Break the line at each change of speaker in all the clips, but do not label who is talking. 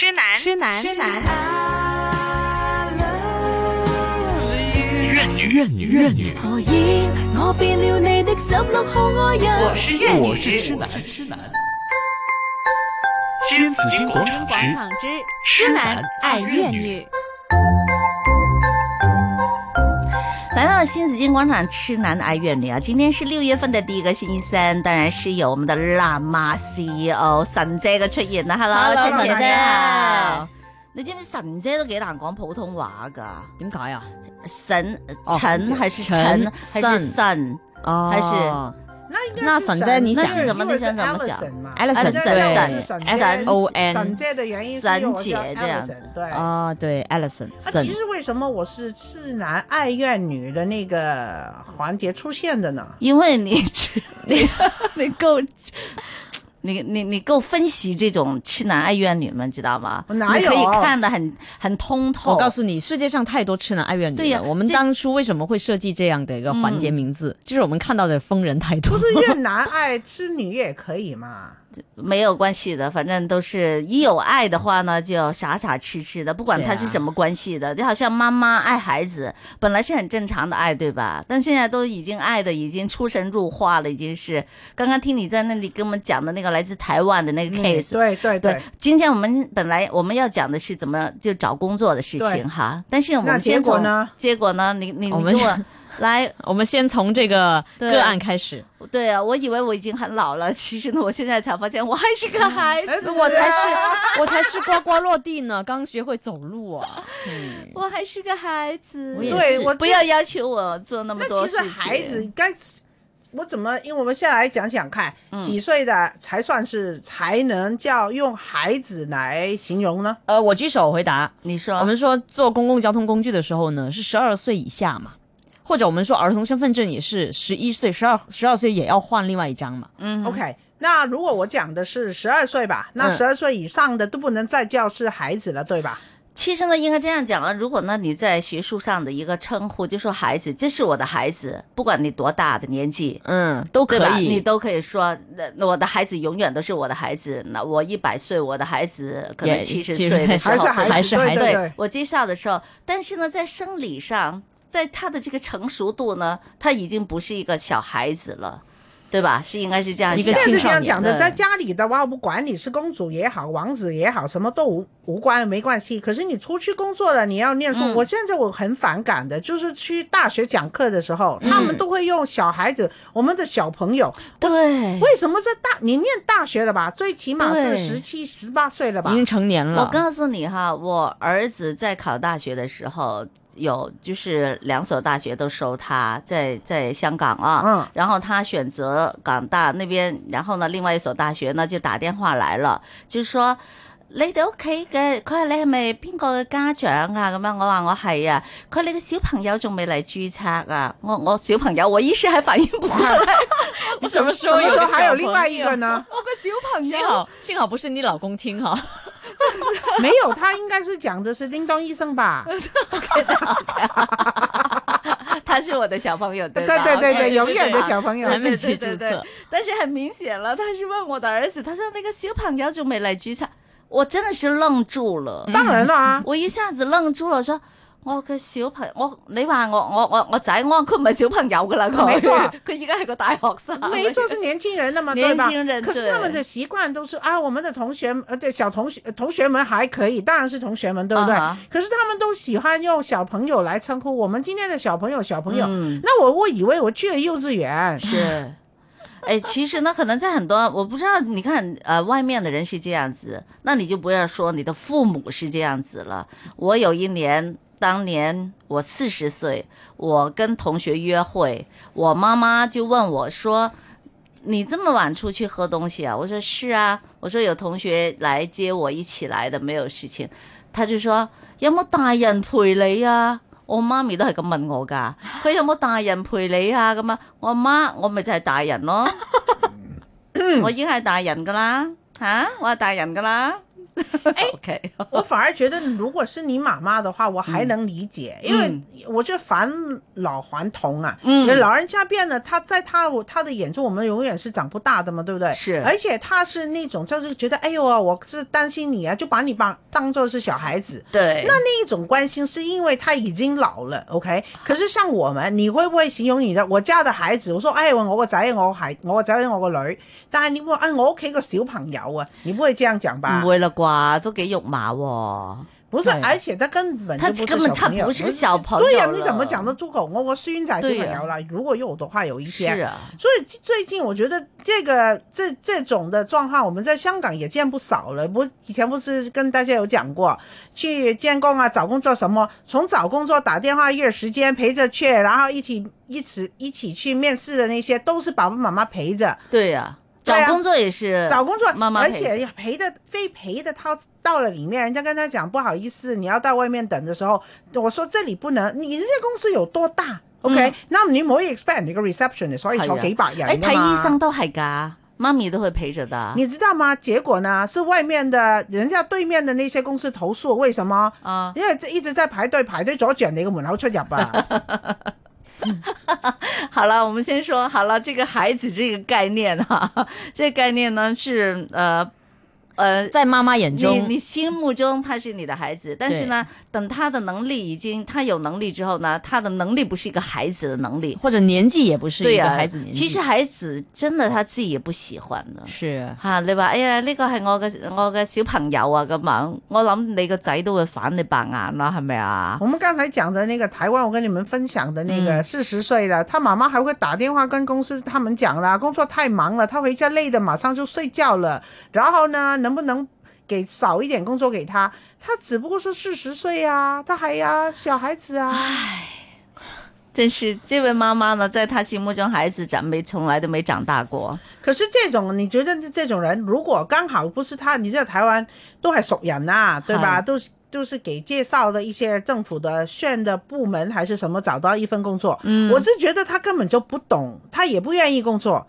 痴男，
痴男，痴男，
怨女，怨女，怨女。
何以我變了你的十六號愛人？
我是粤女，
我是痴男，痴男。新紫金广场
广
之
场之
痴
痴
男
男
爱
爱
怨
怨
女
女。
来到新紫金广场痴男爱怨女啊！今天是六月份的第一个星期三，当然是有我们的辣妈 CEO 神姐嘅出現啦。Hello，
Hello，
陳
神姐
好你知唔知神姐都幾難講普通話㗎？
點解啊？
神
哦
陳還是陳還
陳
是
神
神？
哦
還是
那应该
那
是
沈姐你
那
想
是什么？那
因为
是
是
怎么讲
Alison 嘛啊
Alison，
那
对
我是沈姐
S-O-N
沈姐的原因是因为我叫
沈姐这样
Alison，对。啊，
啊，对，Alison，
其实为什么我是痴男爱怨女的那个环节出现 的呢？
因为你你 你够你你你够分析这种痴男爱怨女们，知道吗？
我哪
你
有
可以看得很很通透。
我告诉你，世界上太多痴男爱怨女了。
对呀
我们
这
当初为什么会设计这样的一个环节名字，就是我们看到的疯人太
不
多。
是越男爱痴女也可以 嘛？
没有关系的，反正都是一有爱的话呢，就傻傻痴痴的，不管
啊
他是什么关系的，就好像妈妈爱孩子，本来是很正常的爱，对吧？但现在都已经爱的已经出神入化了，已经是。刚刚听你在那里跟我们讲的那个来自台湾的那个
哎
case，、
嗯哎对对
对，今天我们本来我们要讲的是怎么就找工作的事
对
情哈，但是我
那
们
结
先
果
从
呢？
结果呢？你你
我
你
们
给我来，
我们先从这个
对
个案开始。
对啊，我以为我已经很老了，其实呢，我现在才发现我还是
嗯
个孩
哎
子，
我才是，我才是呱呱落地呢，刚学会走路啊。嗯
我还是个孩子。
我也
对
是
我
不要要求我做那么
那
多
其
事
实
情。
孩子该，我怎么？因为我们下来讲讲看，
嗯
几岁的才算是才能叫用孩子来形容呢？
呃，我举手回答。
你说
我们说坐公共交通工具的时候呢，是十二岁以下嘛，或者我们说儿童身份证也是十一岁、十二、十二岁也要换另外一张嘛。
嗯
OK，那如果我讲的是十二岁吧，那
嗯
十二岁以上的都不能再叫是孩子了，对吧？
其实呢，应该这样讲啊。如果呢你在学术上的一个称呼，就说孩子，这是我的孩子，不管你多大的年纪。
嗯，都
对吧？
可以。
你都可以说，那我的孩子永远都是我的孩子。那我一百岁，我的孩子可能
也
七十
其实
岁的时候
还是
对
孩子，
还是孩子
对
对
对
我介绍的时候，但是呢，在生理上，在他的这个成熟度呢，他已经不是一个小孩子了，对吧？是应该是这样
一个
想
现在
青
是这
少
样
年
讲的，
嗯
在家里的话，不管你是公主也好，王子也好，什么都无无关没关系。可是你出去工作了，你要念书。
嗯
我现在我很反感的，就是去大学讲课的时候，他们都会用小孩
嗯
子，我们的小朋友。
对，
为什么在大你念大学了吧？最起码是
对
十七、十八岁了吧
已？经成年
嗯
了。
我告诉你哈，我儿子在考大学的时候，有就是两所大学都收他，在在香港啊，
嗯
然后他选择港大那边，然后呢，另外一所大学呢就打电话嚟啦，就說你哋屋企嘅，佢話你係咪邊個嘅家長啊？咁樣我話我係啊，佢話你嘅小朋友仲未嚟註冊啊，我我小朋友我一時還反應不過 來，
你什么时
什
候
么
有
时候
个
还有
小
另
朋
外一
友
个呢？
幸好幸好不是你老公听哈，
没有，他应该是讲的是叮咚医生 吧？
他是我的小朋友，
对
对吧？
对对对，
OK，
永远的小朋友
还。没
对嗯
去
对
注
对
册。
但是很明显了，他是问我的儿子，他说那个小朋友就没来聚餐，我真的是愣住了，
当然了啊，
我一下子愣住了，说。我嘅小朋我你話我我我我仔安，佢唔係小朋友噶啦，
沒
佢
錯
佢依家係個大學生，
没错，是年轻人的嘛，
嗯年
对吧
轻人
可是
对
他们的习惯都是啊，我们的同学呃，对小同学呃同学们还可以，当然是同学们，对不对
啊哈？
可是他们都喜欢用小朋友来称呼我们今天的小朋友，小朋友。
嗯
那我我以为我去了幼稚园，
是。哎，其实呢，可能在很多我不知道，你看，呃，外面的人是这样子，那你就不要说你的父母是这样子了。我有一年，当年我四十岁，我跟同学约会，我妈妈就问我说：“你这么晚出去喝东西啊？”我说：“是啊。”我说：“有同学来接我一起来的，没有事情。”她就说：“有冇大人陪你啊？”我媽咪都係咁問我㗎，佢有冇大人陪你啊？咁啊，我媽我咪就係大
嗯
人咯，我已經係大人㗎啦，吓、我係大人㗎啦， ，OK，
我反而觉得，如果是你妈妈的话，我
嗯
还能理解，因为我觉得返老还童啊，
嗯
有老人家变了，他在他我他的眼中，我们永远是长不大的嘛，对不对？
是
而且他是那种就是觉得，哎呦啊，我是担心你啊，就把你把当做是小孩子。
对，
那那一种关心是因为他已经老了，OK？可是像我们，你會不會形容你的我家嘅孩子？我說：，哎，我個仔，我孩，我個仔，我個女。但係你會話，哎，我屋企個小朋友啊，你不會這樣講吧
唔？會啦啩，都幾肉麻喎。
不是，
對
而且他根本就
他
不是
根本
小
他
朋友
不是個小朋友
对呀、
了
你怎么讲得出口？我我孙仔小朋友了，如果有的话，有一些。
是啊，
所以最近我觉得这个这这种的状况，我们在香港也见不少了。不，以前不是跟大家有讲过，去监工啊，找工作什么，从找工作打电话约时间陪着去，然后一起一起一起去面试的那些，都是爸爸妈妈陪着。
對啊，找
對啊
工作也是
找工作，
嗯妈妈
而
陪
且陪的非陪的他到了里面，人家跟他讲不好意思，你要到外面等的时候，我说这里不能，你人家公司有多大？OK，、那
嗯
你唔可以 expect 你個 receptionist 可以坐
係啊
幾百人
誒
㗎嘛
睇醫生啊都係㗎，媽咪都會陪着的。
你知道吗？结果呢是外面的人家对面的那些公司投诉，为什么？
啊，
因为这一直在排队，排队阻住人哋嘅门口出入啊！
好了，我们先说好了，这个孩子这个概念哈、 这个概念呢是呃呃，
在妈妈眼
你
中
你心目中他是你的孩子，但是呢，等他的能力已经他有能力之后呢，他的能力不是一个孩子的能力，
或者年纪也不是
对
一个
呀、
孩子年纪，
其实孩子真的他自己也不喜欢的。
是
吓、你话哎呀呢、個个系我嘅我嘅小朋友啊咁样，我谂你个仔都会反你白眼啦，系咪啊
我？们刚才讲的那个台湾，我跟你们分享的那个四十岁了，他妈妈还会打电话跟公司他们讲啦，工作太忙了，他回家累的马上就睡觉了。然后呢，能不能给少一点工作给他？他只不过是四十岁啊，他还呀、小孩子啊。
真是这位妈妈呢，在她心目中孩子长没从来都没长大过，
可是这种，你觉得这种人，如果刚好不是他，你知道台湾都还熟人呐、对吧？
嗨
都是都是给介绍的一些政府的县的部门还是什么找到一份工作。嗯，我是觉得他根本就不懂，他也不愿意工作。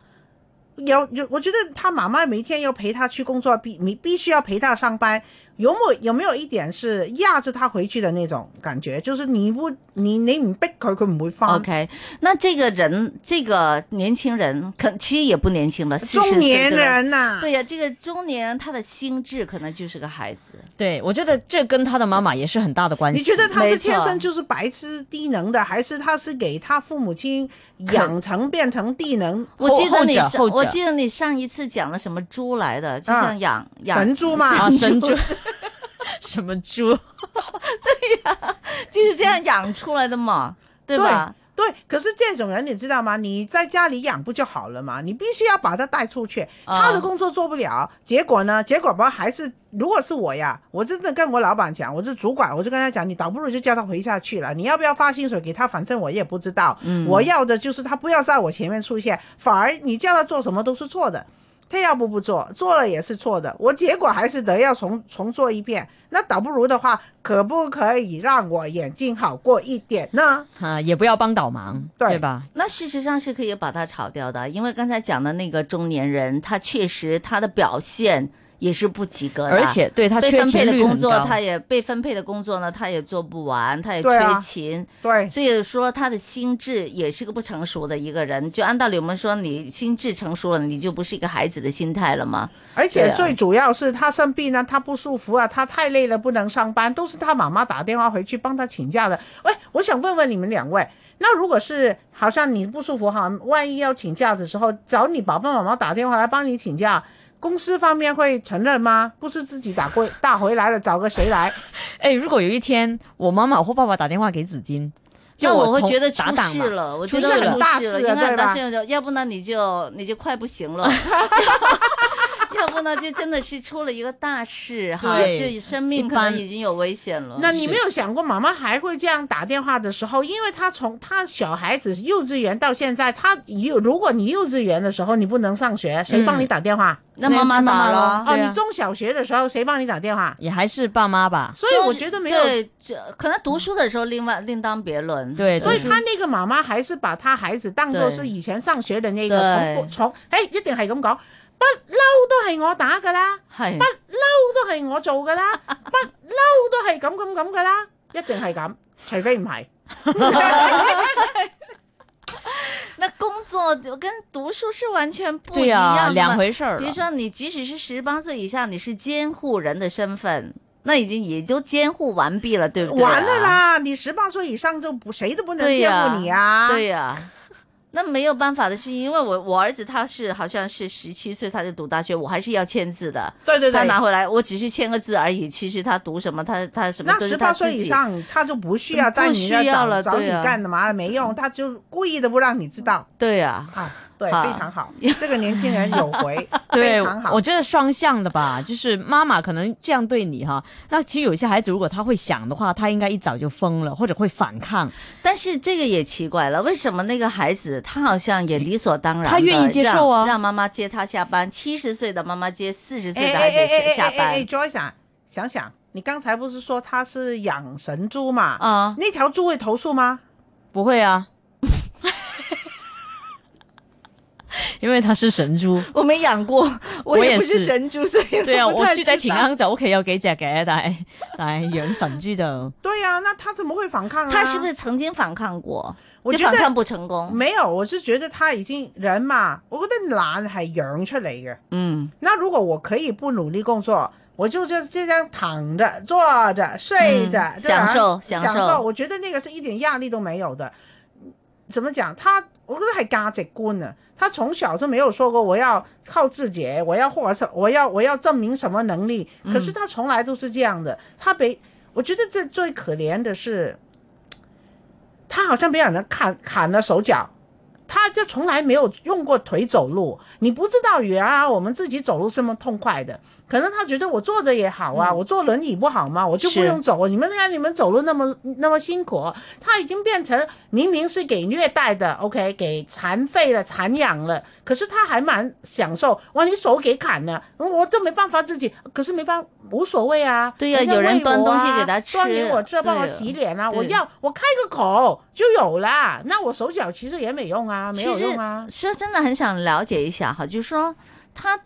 有有，我觉得他妈妈每天要陪他去工作，必你必须要陪他上班。有冇有没有一点是压着他回去的那种感觉？就是你不你你唔逼佢，佢唔會
啊
翻。
OK，那这个人，这个年轻人，可其实也不年轻了，40岁
中年。
对吧
人呐、
啊
对呀、这个中年人他的心智可能就是个孩子，
对，我觉得这跟他的妈妈也是很大的关系。
你觉得他是
没错
天生就是白痴低能的，还是他是给他父母亲养成变成低能？
我
后
记得
后
你
者
上，
后者
我记得你上一次讲了什么猪来的，就像养、养
神猪 嘛
啊，神猪 什么猪？
就是这样养出来的嘛，对吧？
对，可是这种人你知道吗？你在家里养不就好了吗？你必须要把他带出去，
啊
他的工作做不了，结果呢？结果吧，还是如果是我呀，我真的跟我老板讲，我是主管，我就跟他讲，你倒不如就叫他回下去了。你要不要发薪水给他？反正我也不知道，
嗯
我要的就是他不要在我前面出现，反而你叫他做什么都是错的。他要不不做，做了也是错的，我结果还是得要重重做一遍。那倒不如的话，可不可以让我眼睛好过一点呢？
啊，也不要帮倒忙，
对
吧？
那事实上是可以把他炒掉的，因为刚才讲的那个中年人，他确实他的表现也是不及格的，
而且对他
被
缺
分配
钱
的
率
工
很
作，
高，
他也被分配的工作呢，他也做不完，他也
对啊
缺勤，
对，
所以说他的心智也是个不成熟的一个人。就按道理我们说，你心智成熟了，你就不是一个孩子的心态了嘛。
而
对
且
啊
最主要是他生病呢，他不舒服啊，他太累了不能上班，都是他妈妈打电话回去帮他请假的。喂，我想问问你们两位，那如果是好像你不舒服哈，万一要请假的时候找你爸爸妈妈打电话来帮你请假，公司方面会承认吗？不是自己打过打回来了，找个 谁来？
哎，如果有一天我妈妈或爸爸打电话给紫金，就
那我会
同
觉得出
打档嘛
事了，我觉得
出事
我
了
出
大
事了，
事了
应该很大
对
事了，要不呢你就你就快不行了。 要不呢，就真的是出了一个大事哈，
对
就生命
一
可
般
能已经有危险了。
那你没有想过妈妈还会这样打电话的时候，因为他从他小孩子幼稚园到现在，他幼如果你幼稚园的时候你不能上学，谁
嗯
帮你打电话？
那妈妈
那妈
打
妈
了
咯，
哦，
对啊
你中小学的时候谁帮你打电话？
也还是爸妈吧。
所以我觉得没有，
对，这可能读书的时候另外另当别论。
对，
所以
就是
他那个妈妈还是把他孩子当做
对
是以前上学的那个
对
从从哎，一定系咁讲。都係我打噶啦，
係
不嬲都係我做 噶啦，不嬲都係咁咁咁噶啦，一定係咁，除非唔 係。
那工作跟读书是完全不一
对
样
呀、
的
两回事儿
比
了
如。说，你即使是十八岁以下，你是监护人的身份，那已经也就监护完毕了，对不对、啊
完了，啦！你十八岁以上就不谁都不能
对
见
呀、
过你啊！
对呀、那没有办法的是，因为我我儿子他是好像是十七岁他就读大学，我还是要签字的。
对对
他
对，
拿回来，我只是签个字而已。其实他读什么，他他什么
那
都
十
是
八
他自
岁以
己。
上他就不需要在
不
你
需
那儿
要
找
了啊
找
对
你
呀
干嘛了，没用，他就故意的不让你知道
对呀、
啊。对，
好
非常好，这个年轻人 有回，
对
非常，好
我。觉得双向的吧，就是妈妈可能这样对你哈，那其实有些孩子如果他会想的话，他应该一早就疯了，或者会反抗，
但是这个也奇怪了，为什么那个孩子他好像也理所当然地
他愿意接受啊
让让妈妈接他下班，七十岁的妈妈接四十岁
哎
的
哎
孩
哎
子
哎
下
哎哎
班
哎，Joyce 啊想想，你刚才不是说他是养神猪嘛？
啊。
那条猪会投诉吗？
不会啊， 因为他是神猪。
我没养过，
我也
也不
是
神猪，所以
对啊，
不
我
太
住在
知
前
道
坑就屋企有幾隻嘅，但係但係養神豬就
对呀、那他怎么会反抗啊？
他是不是曾经反抗过？
我
就
觉
反
得
抗不成功。
没有，我是觉得他已经人嘛，我觉得懒系养出嚟嘅。
嗯，
那如果我可以不努力工作，我就这这样躺着、坐着、睡着，
嗯
这样
享受
享
享受
我觉得那个是一点压力都没有的。嗯怎么讲？他我觉得系价值观呢。他从小就没有说过我要靠自己，我要获什，我要我要证明什么能力。
嗯
可是他从来都是这样的。他被我觉得这最可怜的是，他好像被人砍砍了手脚。他就从来没有用过腿走路，你不知道原来我们自己走路是那么痛快的。可能他觉得我坐着也好
嗯
啊，我坐轮椅不好吗？我就不
是
用走。你们看你们走路那么那么辛苦，他已经变成明明是给虐待的，OK，给残废了、残养了，可是他还蛮享受。哇，你手给砍了，嗯我这没办法自己，可是没办无所谓啊。
对呀
人家
有人
喂我
端东西
啊
给他吃
端给我吃，
对
帮我
呀
洗脸啊，我
对
要我开个口就有啦。那我手脚其实也没用啊，
其
没有
实
用啊。
说真的，很想了解一下哈，就是说他，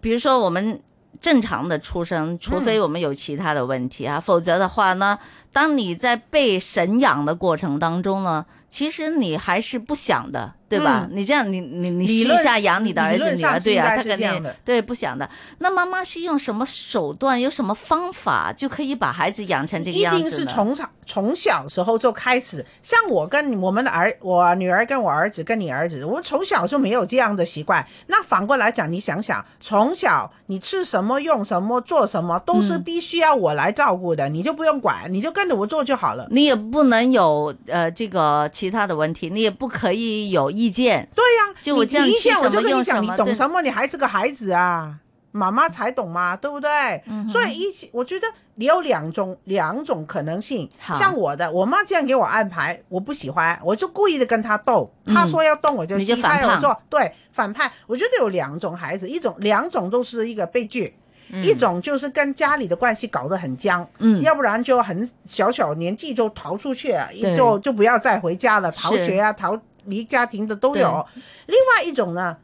比如说我们正常的出生，除非我们有其他的问
嗯
题啊，否则的话呢，当你在被神养的过程当中呢，其实你还是不想的，对吧？你这样，你你你试
理
一
论
下养你的儿
嗯理
子
论
女
上
儿，
是
对
应
啊，
该
他
是
肯
这样
定
的
对不想的。那妈妈是用什么手段，有什么方法就可以把孩子养成这个
一
样子呢？
定是从小从小时候就开始，像我跟我们的儿，我女儿跟我儿子跟你儿子，我从小就没有这样的习惯。那反过来讲，你想想，从小你吃什么、用什么、做什么，都
嗯
是必须要我来照顾的，你就不用管，你就跟着我做就好了。
你也不能有呃这个其他的问题，你也不可以有意见。
对呀、
就我
你
这样
你意
吃
见我
什么
就跟你
用
讲，
什
你
么
懂
对
什么？你还是个孩子啊，妈妈才懂嘛，对不对？
嗯
所以一起，我觉得你有两种两种可能性。
好
像我的，我妈这样给我安排，我不喜欢，我就故意的跟她斗，她说要动我就
嗯你就
吸，
反
她要
叛
做，对，反叛。我觉得有两种孩子，一种两种都是一个悲剧。一种就是跟家里的关系搞得很僵，
嗯
要不然就很小小年纪就逃出去，啊
对
就就不要再回家了，逃
是
学啊，逃离家庭的都
对
有。啊另外一种呢，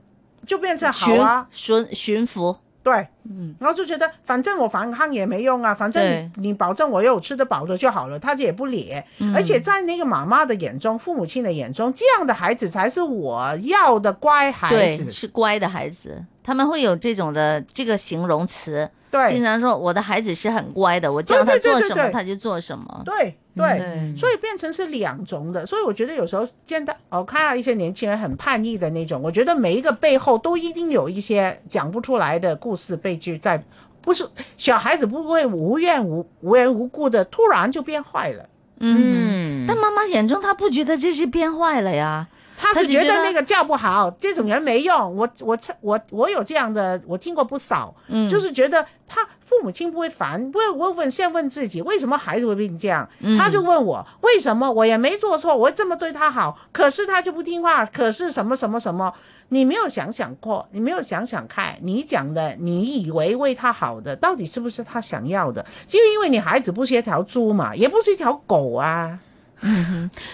就变成好
巡
啊，
巡巡抚，
对，嗯，然后就觉得反正我反抗也没用啊，反正
对
你你保证我有吃得饱的就好了，他就也不理。
嗯
而且在那个妈妈的眼中，父母亲的眼中，这样的孩子才是我要的乖孩
对，
子。
是乖的孩子，他们会有这种的这个形容词，经
对
常说我的孩子是很乖的，我叫他
对对对
做
对
什么
对
他就做什么。
对对，
对，
所以变成是两种的。所以我觉得有时候见到我看到一些年轻人很叛逆的那种，我觉得每一个背后都一定有一些讲不出来的故事悲剧在。不是小孩子不会无缘无无缘无故的突然就变坏了。
嗯。
嗯，
但妈妈眼中，她不觉得这是变坏了呀。
他
他
是
只
觉
觉
得
得
那个教不好，这种人没用。我我我我有这样的，我听过不少，
嗯
就是觉得他父母亲不会烦，不会问问先问自己为什么孩子会变这样，他就问我为什么我也没做错，我这么对他好，可是他就不听话，可是什么什么什么，你没有想想过，你没有想想看，你讲的你以为为他好的，到底是不是他想要的？就因为你孩子不是一条猪嘛，也不是一条狗啊。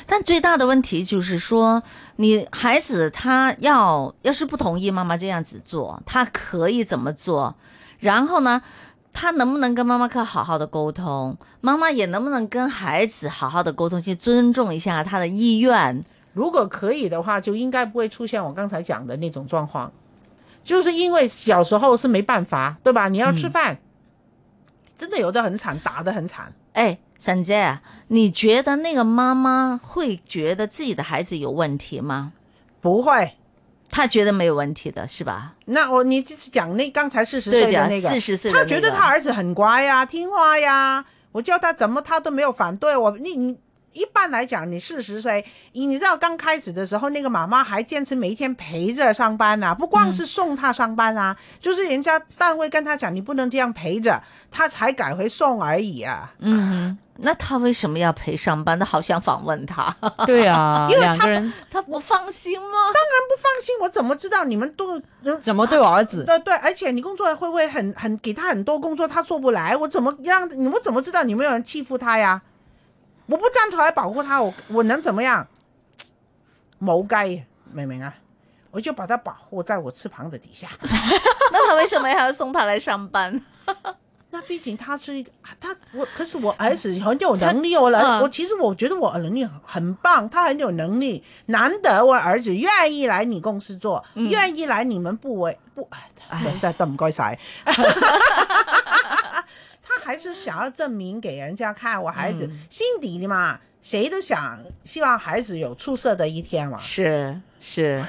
但最大的问题就是说，你孩子他要要是不同意妈妈这样子做，他可以怎么做？然后呢，他能不能跟妈妈可好好的沟通？妈妈也能不能跟孩子好好的沟通，去尊重一下他的意愿？
如果可以的话，就应该不会出现我刚才讲的那种状况，就是因为小时候是没办法，对吧？你要吃饭，真的有的很惨，打得很惨。
哎，沈姐，你觉得那个妈妈会觉得自己的孩子有问题吗？
不会，
她觉得没有问题的是吧？
那我你就是讲那刚才四十
对
岁
的
的那个，
40岁的
他
那
觉得
个
他儿子很乖呀、听话呀，我叫他怎么他都没有反对我。你你一般来讲，你四十岁，你你知道刚开始的时候，那个妈妈还坚持每一天陪着上班啊，不光是送他上班啊，就是人家单位跟他讲你不能这样陪着，他才改回送而已啊。
嗯哼，那她为什么要陪上班？她好想访问她，
对啊，
因为
两
他
个人
她不放心吗？
不放心，我怎么知道你们都
怎么对我儿子？
对对，而且你工作会不会很很给他很多工作，他做不来，我怎么让我怎么知道有没有人欺负他呀？我不站出来保护他，我我能怎么样？冇计，明唔明啊？我就把他保护在我翅膀的底下。
那他为什么还要送他来上 班？
那毕竟他是一个啊他我，可是我儿子很有能力，我儿、
嗯
我其实我觉得我能力很很棒，他很有能力，难得我儿子愿意来你公司做，
嗯
愿意来你们部委不， 对对，唔该晒。 他还是想要证明给人家看，我孩
嗯
子、心底里嘛，谁都想希望孩子有出色的一天嘛。
是是，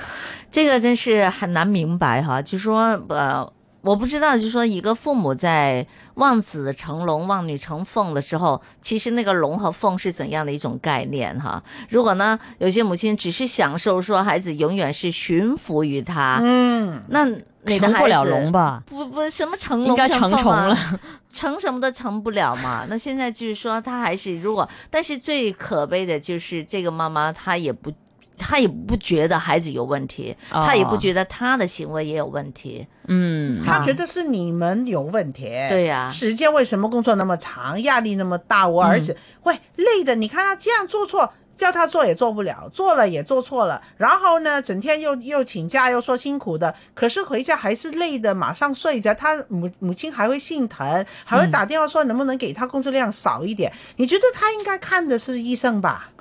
这个真是很难明白哈。就说呃，我不知道，就说一个父母在望子成龙、望女成凤的时候，其实那个龙和凤是怎样的一种概念哈？如果呢，有些母亲只是享受说孩子永远是驯服于他，
啊
嗯，
那你的
成
孩子
不了龙吧？
不不，什么成龙
应该成
成凤
虫
啊
了，
成什么都成不了嘛。 那现在就是说，他还是如果，但是最可悲的就是这个妈妈，她也不，她也不觉得孩子有问题，
哦
她也不觉得她的行为也有问题。
嗯，
他觉得是你们有问题。对
对呀、
时间为什么工作那么长，压力那么大？我儿子、喂累的，你看他这样做错，叫他做也做不了，做了也做错了，然后呢，整天又又请假，又说辛苦的，可是回家还是累的，马上睡着。他母母亲还会心疼，还会打电话说能不能给他工作量少一点？你觉得他应该看的是医生吧？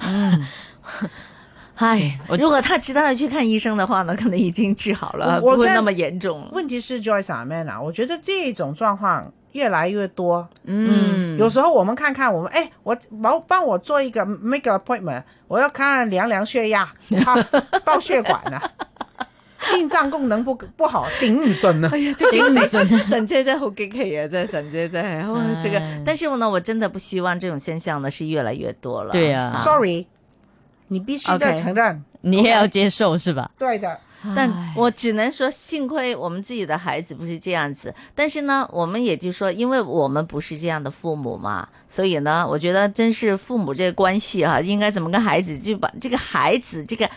唉，
我
如果她知道要去看医生的话呢，可能已经治好了，
我
不会
跟
那么严重了。
问题是 Joyce 啊 Amanda，我觉得这种状况越来越多，
嗯，
有时候我们看看我们，哎，我帮帮我做一个 make an appointment，我要看量量血压，怕爆血管了、心脏功能不 不好，顶唔顺啊了。
顶
哦
唔順，神姐真係好激氣啊！真係神姐真係，哇
唉
這個，但是呢，我真的不希望這種現象呢是越來越多了。
对呀
Sorry，你必须得
OK
承认
你也要接受是吧？
对的，
但我只能说，幸亏我们自己的孩子不是这样子。但是呢，我们也就说，因为我们不是这样的父母嘛，所以呢，我觉得真是父母这个关系哈、应该怎么跟孩子就把这个孩子这个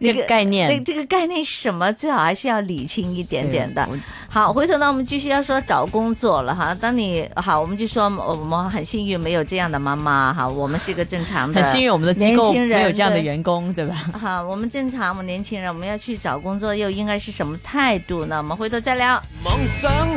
这
这
个
个
概念
这这个概念是什么，最好还是要理清一点点的
对。我
好，回头呢，我们继续要说找工作了哈。当你好，我们就说我我们很幸运没有这样的妈妈哈，我们是个正常的，
很幸运，我们的机构
年轻人
没有这样的
对
员工，对吧？
好，我们正常，我们年轻人，我们要去找工作，又应该是什么态度呢？我们回头再聊。
梦想